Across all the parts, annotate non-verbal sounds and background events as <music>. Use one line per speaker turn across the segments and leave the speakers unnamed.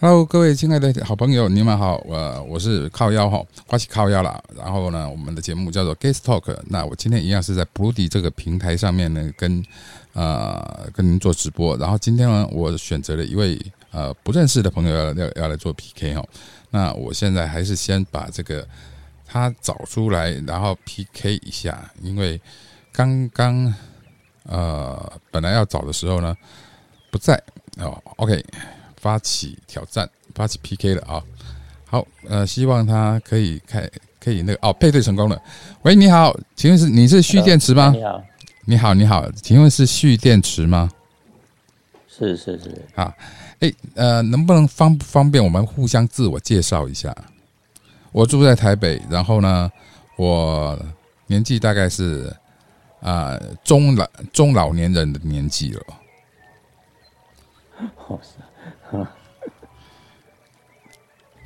Hello，各位亲爱的好朋友，你们好，我我是靠腰哈，花喜靠腰啦。然后呢，我们的节目叫做 Guest Talk。那我今天一样是在 Bluey 这个平台上面呢，跟呃跟您做直播。然后今天呢，我选择了一位呃不认识的朋友要要要来做 PK 哈。那我现在还是先把这个他找出来，然后 PK 一下，因为刚刚呃本来要找的时候呢不在哦，OK。发起挑战，发起 PK 了啊！好，呃，希望他可以开，可以那个哦，配对成功了。喂，你好，请问是你是蓄电池吗？
你好，
你好，你好，请问是蓄电池吗？
是是是，
啊，哎，呃，能不能方不方便我们互相自我介绍一下？我住在台北，然后呢，我年纪大概是啊、呃、中老中老年人的年纪了。
哦是啊呵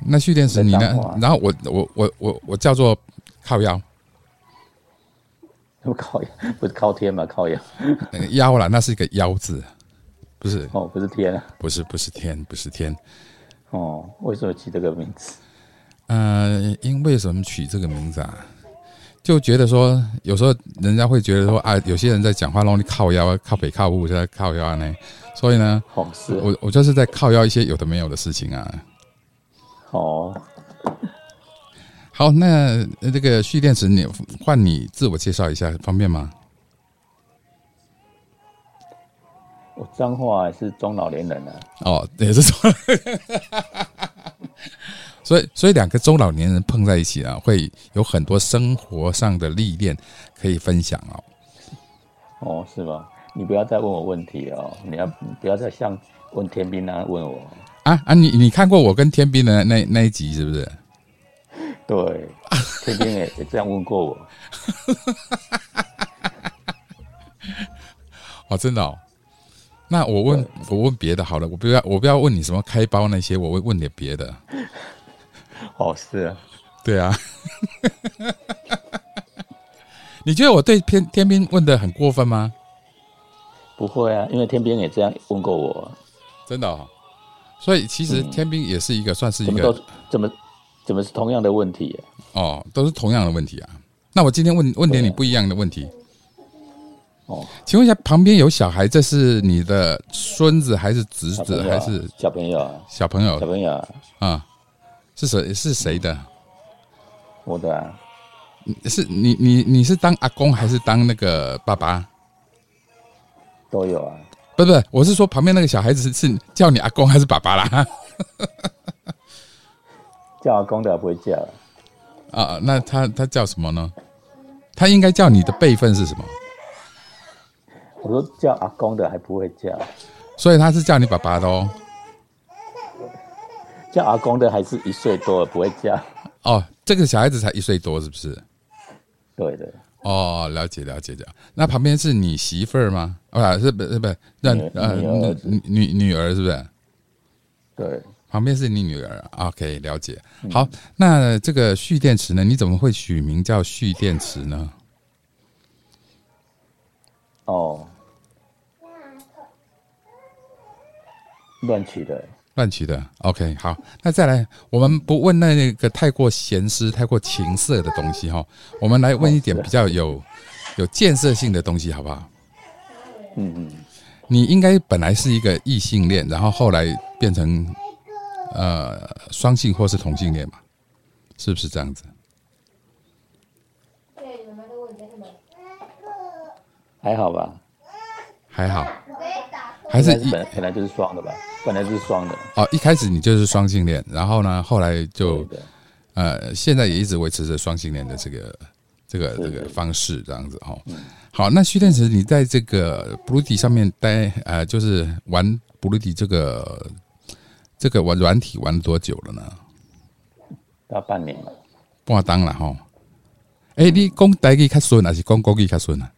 那蓄电池你
在
呢
彰化？
然后我我我我我叫做靠腰。
那不靠腰，不是靠天嘛，靠腰
那个呃腰啦，那是一个腰字，不是，
哦，不是天啊，
不是，不是天，不是天。
哦，为什么起这个名字？
呃，因为什么取这个名字啊？就觉得说，有时候人家会觉得说啊，有些人在讲话弄你靠腰、靠北、靠物，在靠腰呢。所以呢，
哦是
我我就是在靠腰一些有的没有的事情啊。
哦，
好，那呃这个蓄电池你，换你自我介绍一下，方便吗？
我脏话是中老年人啊，
哦，也是中， <laughs> 所以所以两个中老年人碰在一起啊，会有很多生活上的历练可以分享哦。
哦是吧？你不要再问我问题哦，你要不要再像问天兵那样问我？
啊啊，你你看过我跟天兵的那那一集是不是？
对，
<laughs>
天兵也也这样问过我，
哦，真的哦。那我问我问别的好了，我不要我不要问你什么开包那些，我会问点别的。
哦是啊，
对啊， <laughs> 你觉得我对天天兵问的很过分吗？
不会啊，因为天兵也这样问过我，
真的哦。所以其实天兵也是一个算是一
嗯怎么
个
都怎么怎么是同样的问题、啊？
哦，都是同样的问题啊。那我今天问问点你不一样的问题，
哦，
请问一下，旁边有小孩，这是你的孙子还是侄
小朋
子
友啊
还是
小朋友啊，
小朋友
小朋友啊，
啊？是谁是谁的？
我的啊、
是你你你是当阿公还是当那个爸爸？
都有啊。
不是不是，我是说旁边那个小孩子是是叫你阿公还是爸爸啦？ <laughs>
叫阿公的不会叫了，
啊，那他他叫什么呢？他应该叫你的辈分是什么？
我说叫阿公的还不会叫，
所以他是叫你爸爸的哦。
叫阿公的还是一岁多了不会叫。
哦，这个小孩子才一岁多，是不是？
对的，
哦，了解了解了解。那旁边是你媳妇儿吗？啊，是不是不是？那
女
呃，
女儿
女女女儿是不是？
对，
旁边是你女儿啊，OK，了解。好，那这个蓄电池呢？你怎么会取名叫蓄电池呢？
哦，乱取的，
乱取的，OK，好。那再来，我们不问那个太过闲诗、太过情色的东西哈，我们来问一点
好是
比较有有建设性的东西，好不好？
嗯嗯，
你应该本来是一个异性恋，然后后来变成呃双性或是同性恋嘛，是不是这样子？
对，妈妈都问你在干嘛。
还好吧，
还好，还是
应该
一
是本本来就是双的吧，本来就是双的，
哦，一开始你就是双性恋，然后呢，后来
对
就
的，
呃，现在也一直维持着双性恋的这个这个这个方式，这样子哈、哦。
嗯
好，那蓄电池，你在这个 Blue D 上面待呃，就是玩 Blue D 这个这个玩软体玩了多久了呢？
大半年了，
半当了吼。哎、你讲台语较顺，还是讲国语较顺啊？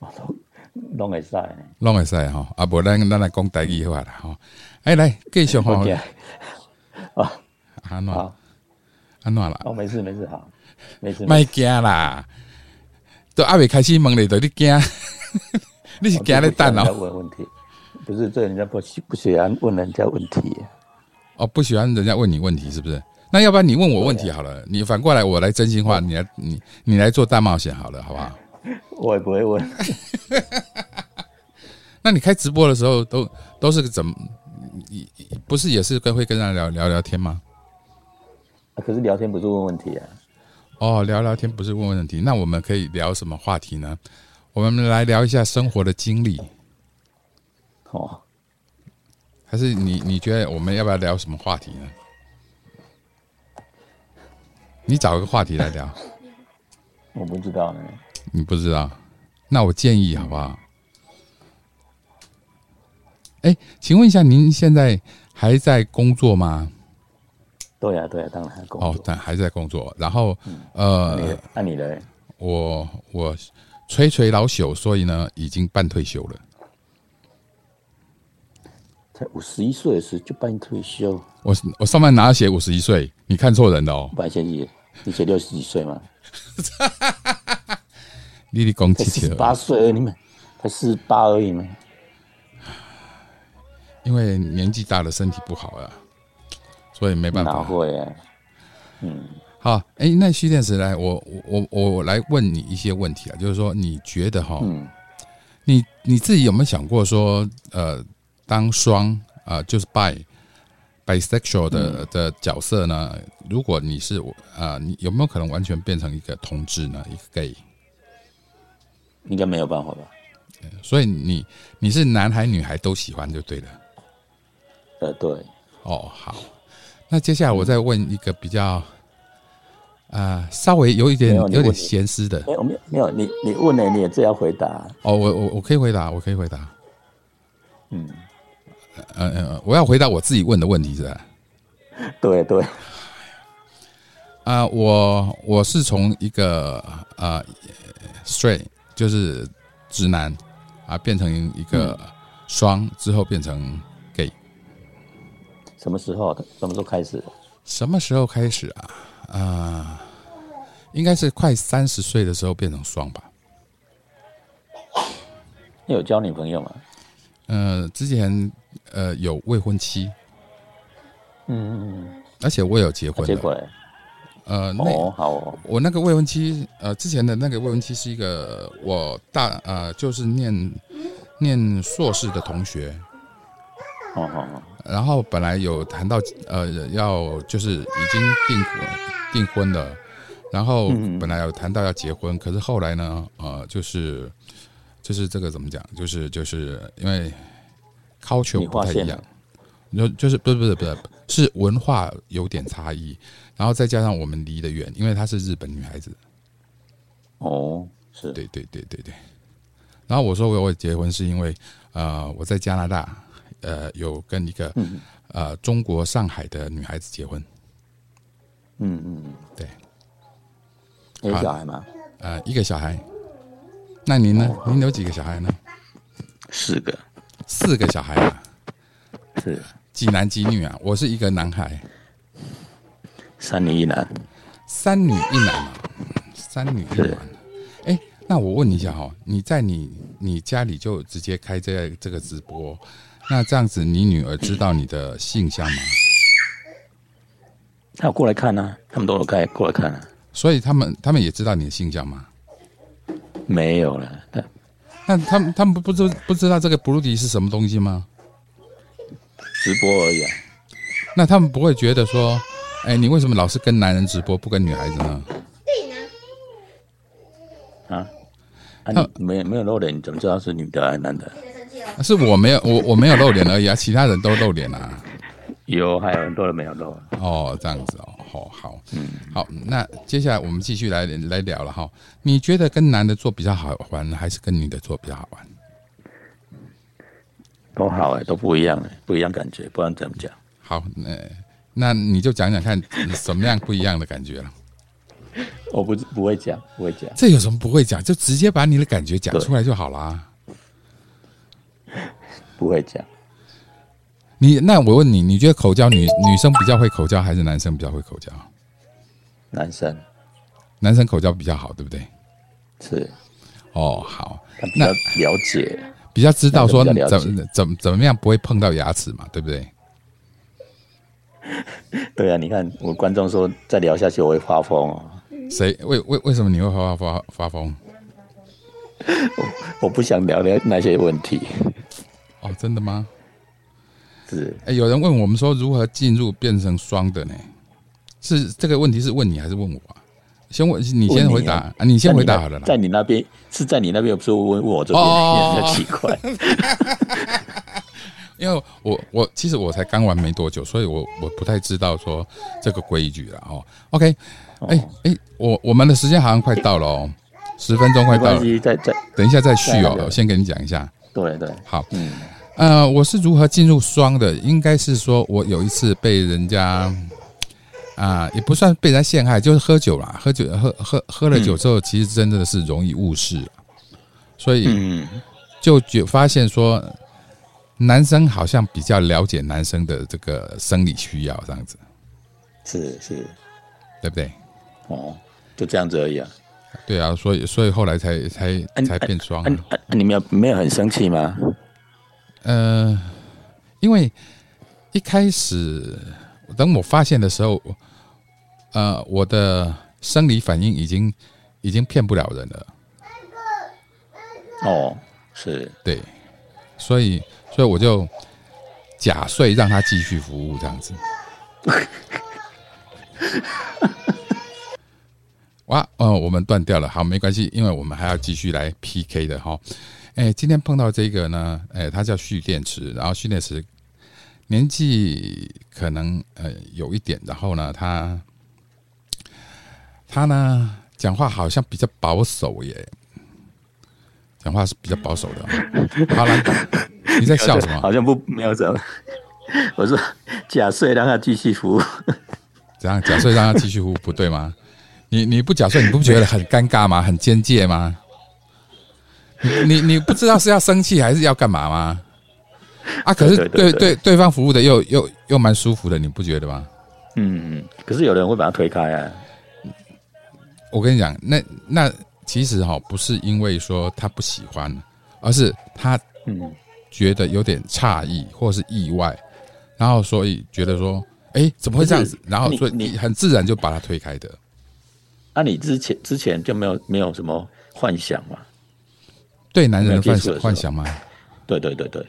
我都弄会晒，
拢会使吼，啊，无咱咱来讲台语好啊啦吼。哎、来继
<laughs>
续吼
我，讲
安怎
哦好
安怎啦？
哦，没事没事，好，没事，
卖惊啦，都阿未开始问你，都你惊，你是 <laughs>
我
惊咧
就不想
等
要
哦。
问问题，不是对人家不喜不喜欢问人家问题，
哦，不喜欢人家问你问题是不是？那要不然你问我问题好了，你反过来我来真心话，你来你你来做大冒险好了，好不好？
我也不会问。啊
那你开直播的时候都都是怎么？你你不是也是跟会跟人家聊聊聊天吗？
啊可是聊天不是问问题啊，
哦，聊聊天不是问问题，那我们可以聊什么话题呢？我们来聊一下生活的经历，
哦，
还是你你觉得我们要不要聊什么话题呢？你找个话题来聊，
我不知道呢。
你不知道？那我建议好不好？哎，请问一下，您现在还在工作吗？
对呀、对呀、当然还工
哦
作。，
但还在工作。然后，呃，
你那、你嘞？
我我垂垂老朽，所以呢，已经半退休了。
才五十一岁的时候就办退休，
我我上面拿写五十一岁，你看错人了哦。
白先你你才六十几岁嘛，
你你讲
才
七
四
七
十八
了，
岁而已嘛，才四十八而已嘛。
因为年纪大了，身体不好了，所以没办
哪
法。
会啊？
好，哎、那徐电池来，我我我我来问你一些问题啊，就是说，你觉得哈，
嗯
你你自己有没有想过说，呃，当双啊、呃就是 bi bisexual
嗯
的、的角色呢？如果你是我啊、你有没有可能完全变成一个同志呢？一个 gay？
应该没有办法吧？
所以你你是男孩女孩都喜欢就对了。
呃，对，
哦，好，那接下
嗯
来我再问一个比较，啊、稍微有一点
没有你
有点
问你
闲思的。
哎、我没有没有你你问了你也这样回答，
哦，我我我可以回答，我可以回答。
嗯，
呃呃，我要回答我自己问的问题是吧？
对对，
啊、我我是从一个啊、呃、straight 就是直男啊、变成一个
嗯
双，之后变成 gay。
什么时候的？什么时候开始？
什么时候开始啊？啊、应该是快三十岁的时候变成双吧。
你有交女朋友吗？
呃，之前呃有未婚妻，
嗯嗯
而且我有结
嗯，
婚
结
的。
果嘞？
呃，那、
哦，好哦，
我那个未婚妻，呃，之前的那个未婚妻是一个我大呃，就是念念硕士的同学，
哦哦
然后本来有谈到呃要就是已经订婚订婚了，然后
嗯
本来有谈到要结婚，可是后来呢，呃，就是就是这个怎么讲，就是就是因为 culture
你
不
划
太
线
一样就
了，
就是不是不是不是是文化有点差异，然后再加上我们离得远，因为她是日本女孩子，
哦哦，是，
对对对对对。然后我说我我结婚是因为呃我在加拿大呃有跟一个呃中国上海的女孩子结婚，
嗯嗯，
对，
嗯有
好
小孩吗？
呃一个小孩。那您呢？您有几个小孩呢？
四个，
四个小孩啊，
是
几男几女啊？我是一个男孩，
三女一男，
三女一男啊，三女一男。哎，那我问你一下哈、哦，你在你你家里就直接开这个这个直播，那这样子你女儿知道你的性向吗？
他有过来看啊，他们都有过来过来看啊，
所以他们他们也知道你的性向吗？
没有了，他
那他们他们不知不知道这个布鲁迪是什么东西吗？
直播而已啊，
那他们不会觉得说，哎，你为什么老是跟男人直播，不跟女孩子呢？
啊，
他
啊你没有没有露脸，你怎么知道是女的还是男的？
是我没有我我没有露脸而已啊，其他人都露脸啊。
有，还有很多人没有露，啊
哦，这样子哦，好好，好，那接下来我们继续来来聊了哈。你觉得跟男的做比较好玩，还是跟女的做比较好玩？
都好哎、都不一样哎、不一样感觉，不然怎么讲？
好，那、那你就讲讲看什么样不一样的感觉了。
我不不会讲，不会讲，
这有什么不会讲？就直接把你的感觉讲出来就好啊啦。
不会讲，
你那我问你，你觉得口交女女生比较会口交，还是男生比较会口交？
男生
男生口交比较好，对不对？
是
哦，好，
他比
那
较了解，
比比较知道说
那就比较了解
怎怎怎么样不会碰到牙齿嘛，对不对？
对啊，你看我观众说再聊下去我会发疯哦，
谁为为为什么你会发发发疯？
我不想聊聊那些问
<laughs>
题。
哦，真的吗？
是
哎，有人问我们说如何进入变成双的呢？是这个问题是问你还是问我啊？先问你先回答
问你
啊你先回
在
答
你
好了
那
啦。
在你那边是在你那边，不是问问我这边，
哦
<laughs> 比较奇怪。
因为我我其实我才刚玩没多久，所以我我不太知道说这个规矩了哦。OK，哎、哎、我我们的时间好像快到了哦，十分钟快
没
到
关
了，
系，再再
等一下再续
对啊
哦
对。啊
我先跟你讲一下，
对对，
好，
嗯，
呃，我是如何进入双的？应该是说我有一次被人家啊、也不算被人家陷害，就是喝酒啦，喝酒喝喝喝了酒之后，其实真的是容易误事了所以
嗯，
就觉发现说，男生好像比较了解男生的这个生理需要，这样子，
是是
对不对？
哦，就这样子而已啊。
对啊，所以所以后来才才才变双
啊
啊、
你啊你没有没有很生气吗？
呃，因为一开始等我发现的时候，呃，我的生理反应已经已经骗不了人了，
哦，是
对，所以所以我就假睡让他继续服务这样子。 <laughs> 哇，哦，我们断掉了，好，没关系，因为我们还要继续来 PK 的哈。哎，今天碰到这个呢，哎，他叫蓄电池，然后蓄电池年纪可能呃有一点，然后呢，他他呢讲话好像比较保守耶，讲话是比较保守的哦。好了，你在笑什么？
好像不没有什么。 <laughs> 我说假睡让他继续服务，
怎样假设让他继续呼不对吗？ <laughs> 你你不假设，你不觉得很尴尬吗？很奸介吗？你你你不知道是要生气还是要干嘛吗？啊，可是对
对对对
对对方服务的又又又蛮舒服的，你不觉得吗？
嗯，可是有人会把他推开啊。
我跟你讲，那那其实哈、不是因为说他不喜欢，而是他
嗯，
觉得有点诧异或是意外，然后所以觉得说，哎，怎么会这样子
不？是
然后
嗯你
所以
你
很自然就把他推开的。
那、啊你之前之前就没有没有什么幻想嘛？
对男人的
没有
幻
接触
想
的时候
幻想吗？
对对对对，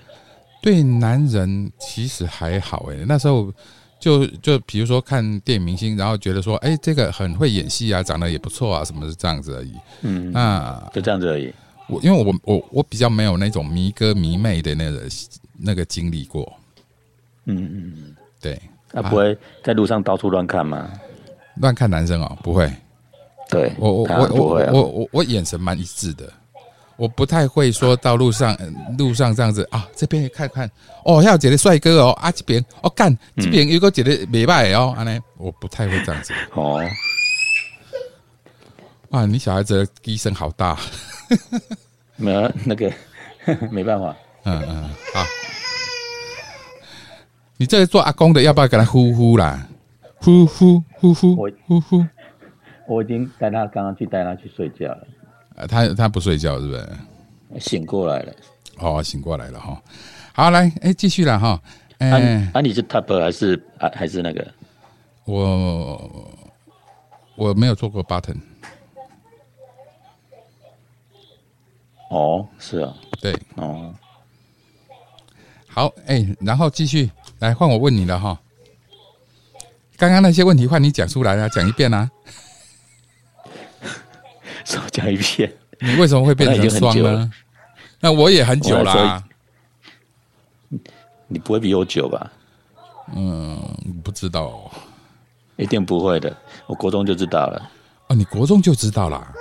对男人其实还好诶、那时候就就比如说看电影明星，然后觉得说，哎，这个很会演戏啊，长得也不错啊，什么是这样子而已。
嗯，
那
就这样子而已。
我因为我我我比较没有那种迷哥迷妹的那个那个经历过，
嗯嗯嗯，
对，
那、不会在路上到处乱看吗？
乱看男生哦，不会，
对，
我我
当
我
然不会、
我
啊。
我我我眼神蛮一致的，我不太会说到路上呃路上这样子啊，这边看看哦，要姐的帅哥哦，啊这边哦干这边有个姐的美败哦，安尼我不太会这样子。
哦，
哇，你小孩子的低声好大， <laughs>
没有那个 <laughs> 没办法，
嗯嗯，好，你这个做阿公的要不要给他呼呼啦？呼呼呼呼
我
呼呼，
我已经带他刚刚去带他去睡觉了，
呃他他不睡觉是不是？
醒过来了。
哦，醒过来了哈。好，来，哎，继续了哈。哎、
啊你啊，你是 top 还是啊还是那个？
我我没有做过 button，
哦，是啊，
对，
哦，
好，哎、然后继续来换我问你了哈。刚刚那些问题换你讲出来啊，讲一遍啊。
少讲一遍。
你为什么会变成双
<laughs> 那已经很久
呢
了？
那我也很久啦、
我来你不会比我久吧？
嗯，不知道哦
一定不会的，我国中就知道了。
哦，你国中就知道啦。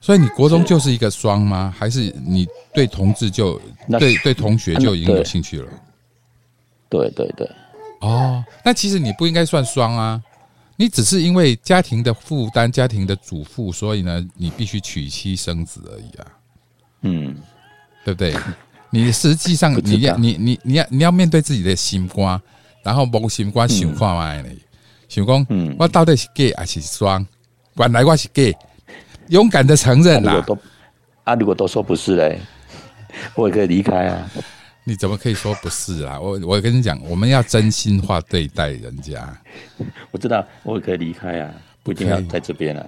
所以你国中就是一个双吗？还是你对同志就
那
对对同学就已经有兴趣了？
对对对，
哦，那其实你不应该算双啊，你只是因为家庭的负担、家庭的主妇，所以呢，你必须娶妻生子而已啊，
嗯，
对不对？你实际上
<laughs> 不知道
你要你你你要你要面对自己的心肝，然后摸心肝想看卖呢，想讲、
嗯
我到底是 gay 还是双？原来我是 gay，勇敢的承认
如果
啦。
都啊，如果都说不是嘞， <laughs> 我也可以离开啊。
你怎么可以说不是啦？我我跟你讲，我们要真心话对待人家。
我知道，我也可以离开啊，不一定要在这边啊。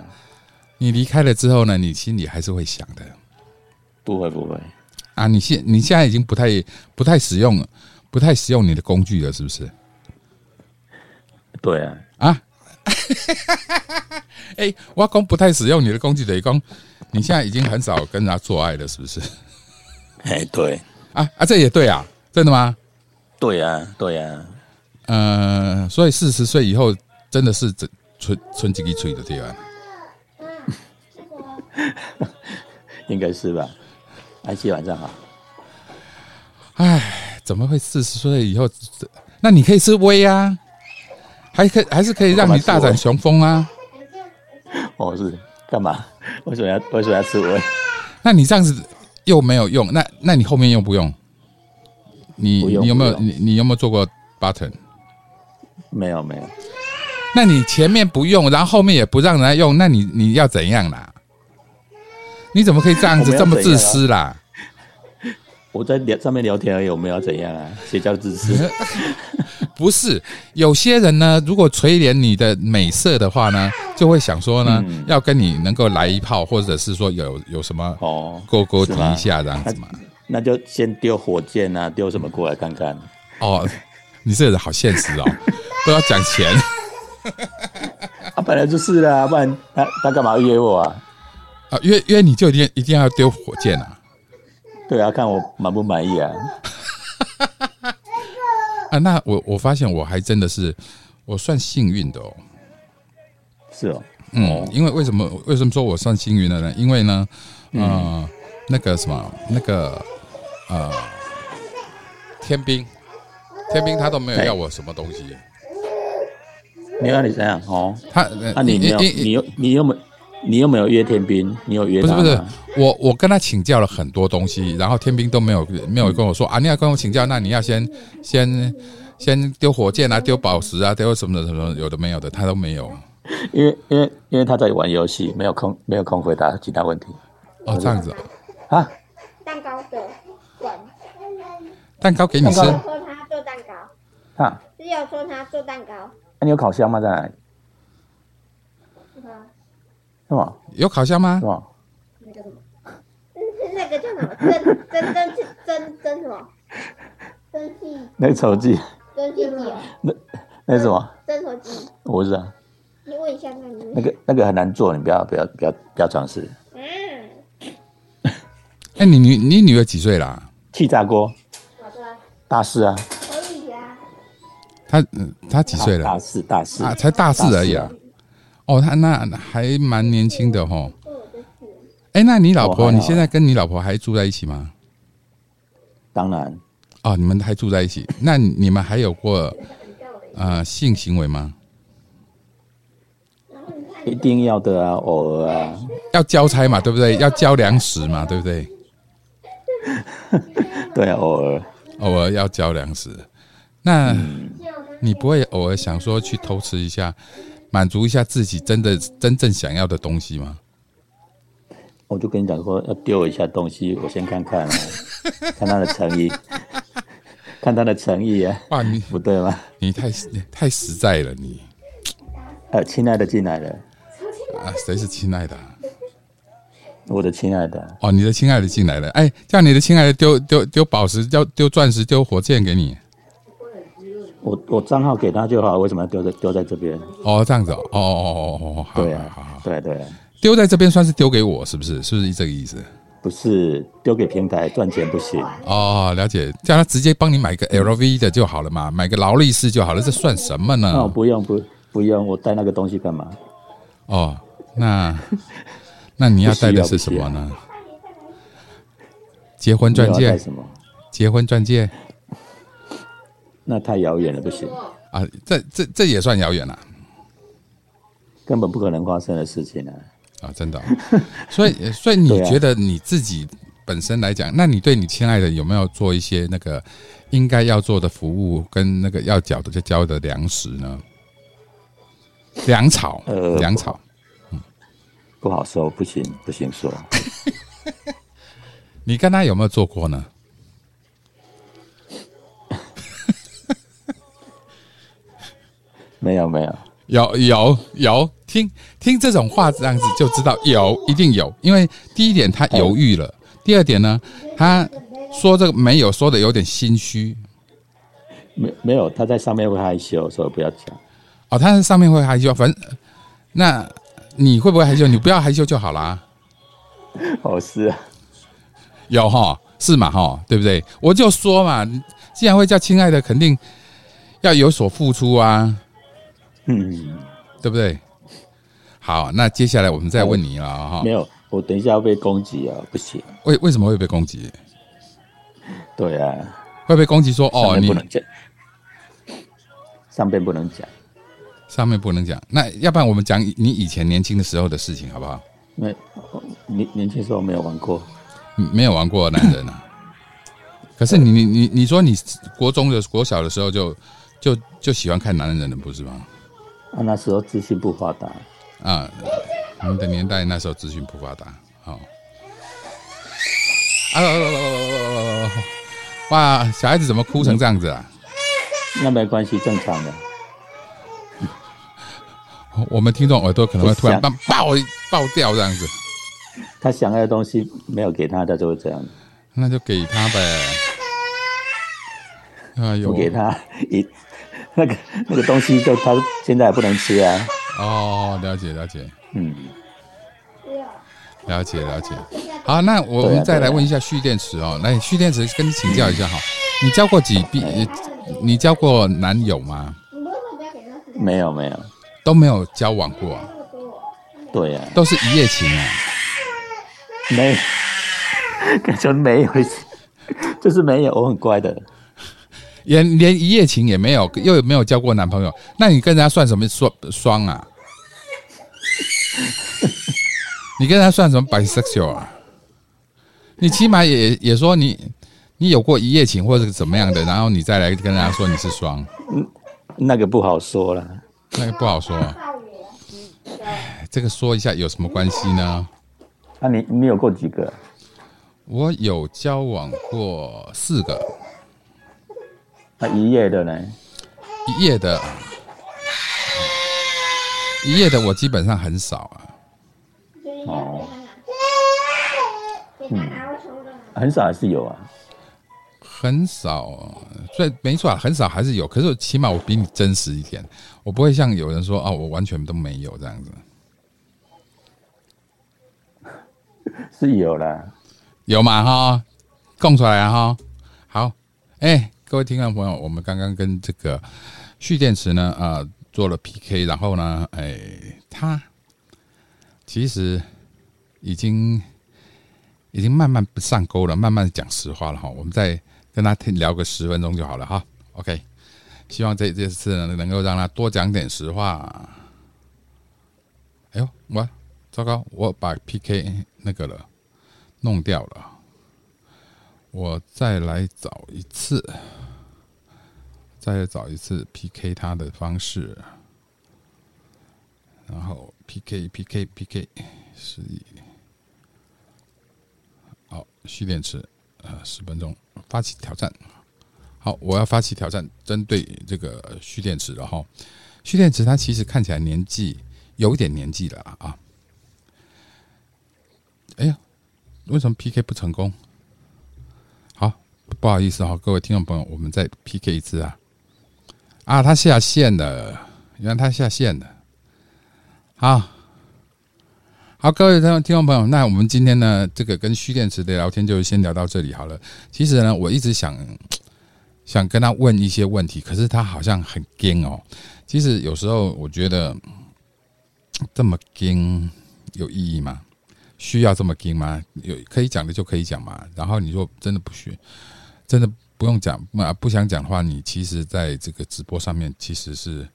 你离开了之后呢，你心里还是会想的
不会不会，
啊。你现你现在已经不太不太使用不太使用你的工具了，是不是？
对啊，
啊？ <laughs> 哎、我讲不太使用你的工具，等于讲你现在已经很少跟人家做爱了，是不是？
哎，对，
啊啊，这也对啊，真的吗？
对啊，对啊，
呃，所以四十岁以后真的是只存存几个嘴的地方。
应该是吧。安琪晚上好，
哎，怎么会四十岁以后？那你可以示威啊，还可还是可以让你大展雄风啊。
哦是干嘛？为什么要为什么要吃我？
那你这样子又没有用，那那你后面用不用？你
不用
你有没有
不用
你你有没有做过 button？
没有没有，
那你前面不用，然后后面也不让人家用，那你你要怎样啦？你怎么可以这样子
我们要
这么
怎
自
样啊
私啦？
我在聊上面聊天而已，我们要怎样啊？邪教自私，
不是，有些人呢，如果垂怜你的美色的话呢，就会想说呢，
嗯
要跟你能够来一炮，或者是说有有什么
哦
<laughs> 勾勾
是
提
吗
一下这样子嘛。
哦那就先丢火箭啊，丢什么过来看看？
哦，你这个人好现
<laughs>
实哦，都要讲钱。
啊，本来就是啦，不然他他干嘛约我啊？
啊，约约你就一定一定要丢火箭啊！
对啊，看我满不满意啊？
啊，那我我发现我还真的是我算幸运的哦。
是哦，
嗯，因为为什么为什么说我算幸运的呢？因为呢，
嗯
呃，那个什么那个呃，天兵，天兵他都
哎
没有要我什么东西，
没有啊你怎样哦？
他呃
啊，你没有，
因因
你有你有没有你有没有约天兵？你有约
不是
他
不是
吗？，
我我跟他请教了很多东西，然后天兵都没有没有跟我说啊，你要跟我请教，那你要先先先丢火箭啊，丢宝石啊，丢什么的什么的有的没有的，他都没有。
因为因为因为他在玩游戏，没有空没有空回答其他问题
哦，这样子哦，
啊。
蛋糕的滚，
蛋糕给你吃
蛋糕
说他做蛋糕，
啊，啊
只有说他做蛋糕。 <laughs>
你有烤箱吗？在哪里？
嗯
是吗？
有烤箱吗
是？吗？
那个什么，嗯那个叫什么？蒸蒸蒸汽蒸蒸什么？蒸汽
那手机
蒸汽机哦，
那是什么？
蒸什么机？
我不知道，
你问一下那女
那。个那个很难做，你不要不要不要不要尝试。
嗯，
哎，你女你女儿几岁啦？
气炸锅
好的，
大四啊，
可以呀。
她嗯她几岁了
大？四大四
啊，才大四而已啊。哦，他那还蛮年轻的吼。
做我的事。
哎，那你老
我
婆，
还好
你现在跟你老婆还住在一起吗？
当然
哦，你们还住在一起？那你们还有过呃性行为吗？
然后你看
一定要的啊，偶尔啊，
要交差嘛，对不对？要交粮食嘛，对不对？
对啊，偶尔
偶尔要交粮食。那你不会偶尔想说去偷吃一下，满足一下自己真的真正想要的东西吗？
我就跟你讲说要丢一下东西，我先看看啊，看他的诚意， <laughs> 看他的诚意啊，
哇，你
不对吗？
你太太实在了，你
呃，亲爱的进来了，
啊，谁是亲爱的啊、
我的亲爱的，
哦，你的亲爱的进来了，哎，叫你的亲爱的丢丢丢宝石，丢丢钻石，丢火箭给你。
我我账号给他就好，为什么要丢在丢在这边？
哦，这样子哦，哦哦哦哦，好，
对
好好
啊
好，，
对啊对啊，
丢在这边算是丢给我，是不是？是不是这个意思？
不是丢给平台赚钱不行，
哦，了解，叫他直接帮你买个 LV 的就好了嘛，买个劳力士就好了，这算什么呢？
哦，不用不不用，我带那个东西干嘛？
哦，那那你要带的是什么呢？结婚
你
钻
要带
戒，
什么？
结婚钻戒
那太遥远了，不行，
啊，这这这也算遥远了。
根本不可能发生的事情啊！
啊，真的哦、所以，所以你
对啊
觉得你自己本身来讲，那你对你亲爱的有没有做一些那个应该要做的服务，跟那个要缴的就交的粮食呢？粮草
呃，
粮草，
不好说，不行不行说，
你跟他有没有做过呢？
没有没有，
有有有，听听这种话这样子就知道有，一定有。因为第一点他犹豫了，第二点呢，他说这个没有，说的有点心虚
没没有，他在上面会害羞，所以不要讲。 <laughs>
哦。他在上面会害羞，反正那你会不会害羞？你不要害羞就好啊啦。
哦，是啊，
有哈，是嘛哈，对不对？我就说嘛，你既然会叫亲爱的，肯定要有所付出啊，
嗯，
对不对？好，那接下来我们再问你了哈
没，有，我等一下要被攻击啊，不行。
为为什么会被攻击？
对啊，
会被攻击说
上
哦，
面
你
不能讲，上面不能讲，
上面不能讲，那要不然我们讲你以前年轻的时候的事情好不好？
没年年轻时候没有玩过，啊
嗯没有玩过的男人啊，可是你你你你说你国中的国小的时候就就就喜欢看男人了，不是吗？
啊，那时候资讯不发达，
啊，我们的年代那时候资讯不发达，哦好、啊，哇，小孩子怎么哭成这样子啊？
那没关系，正常的。
我们听众耳朵可能会突然爆爆爆掉这样子，
他想要的东西没有给他，他就会这样。
那就给他呗。哎呦，
我给他一 <laughs> 那个那个东西就，他现在也不能吃啊。
哦，了解了解
嗯，
了解了解。好，那我我
对啊
们再来问一下蓄电池哦，来蓄电池跟你请教一下哈，你交过几毕？
哎
你交过男友吗？
没有没有，
都没有交往过啊、
对呀、
都是一夜情啊。
没， <laughs> 感觉没有， <laughs> 就是没有，我很乖的。
也连一夜情也没有，又没有交过男朋友，那你跟人家算什么双双啊？ <laughs> 你跟人家算什么 bisexual 啊？你起码也也说你你有过一夜情或者怎么样的，然后你再来跟人家说你是双，
那个不好说啦，
那个不好说。啊这个说一下有什么关系呢？
啊你，你有过几个？
我有交往过四个
啊，一夜的呢？
一夜的，一夜的我基本上很少啊。
哦，
嗯，
很少还是有啊。
很少，所以没错啊，很少还是有。可是起码我比你真实一点，我不会像有人说啊，我完全都没有这样子。
是有啦，
有嘛哈，供出来啊哈。好，哎、各位听众朋友，我们刚刚跟这个蓄电池呢，呃，做了 PK，然后呢，哎、他其实已经已经慢慢不上钩了，慢慢讲实话了哈。我们再跟他听聊个十分钟就好了哈。OK，希望这这次呢能够让他多讲点实话。哎呦，我糟糕，我把 PK 那个了。弄掉了。我再来找一次，再来找一次 PK 他的方式，然后 PK PK PK 十一，好，蓄电池，呃，十分钟，发起挑战。好，我要发起挑战，针对这个蓄电池了哈。蓄电池它其实看起来年纪有一点年纪了啊啊。哎呀，为什么 PK 不成功？好，不好意思哈、各位听众朋友，我们再 PK 一次啊！啊，他下线了，原来他下线了。好，好，各位听众听众朋友，那我们今天呢，这个跟蓄电池的聊天就先聊到这里好了。其实呢，我一直想想跟他问一些问题，可是他好像很惊哦。其实有时候我觉得嗯这么惊有意义吗？需要这么硬吗？有可以讲的就可以讲嘛。然后你说真的不需，真的不用讲嘛，不想讲的话，你其实在这个直播上面其实是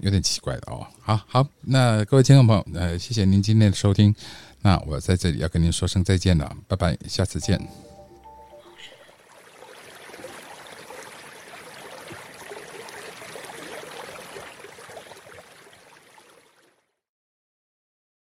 有点奇怪的哦。好好，那各位听众朋友，呃，谢谢您今天的收听，那我在这里要跟您说声再见了，拜拜，下次见。